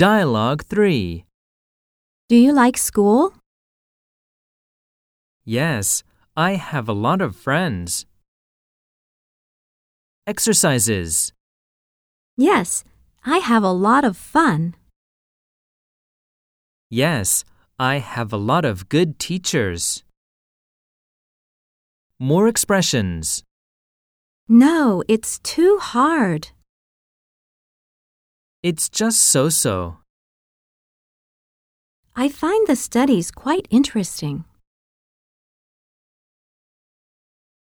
Dialogue 3. Do you like school? Yes, I have a lot of friends. Exercises. Yes, I have a lot of fun. Yes, I have a lot of good teachers. More expressions. No, it's too hard. It's just so so. I find the studies quite interesting.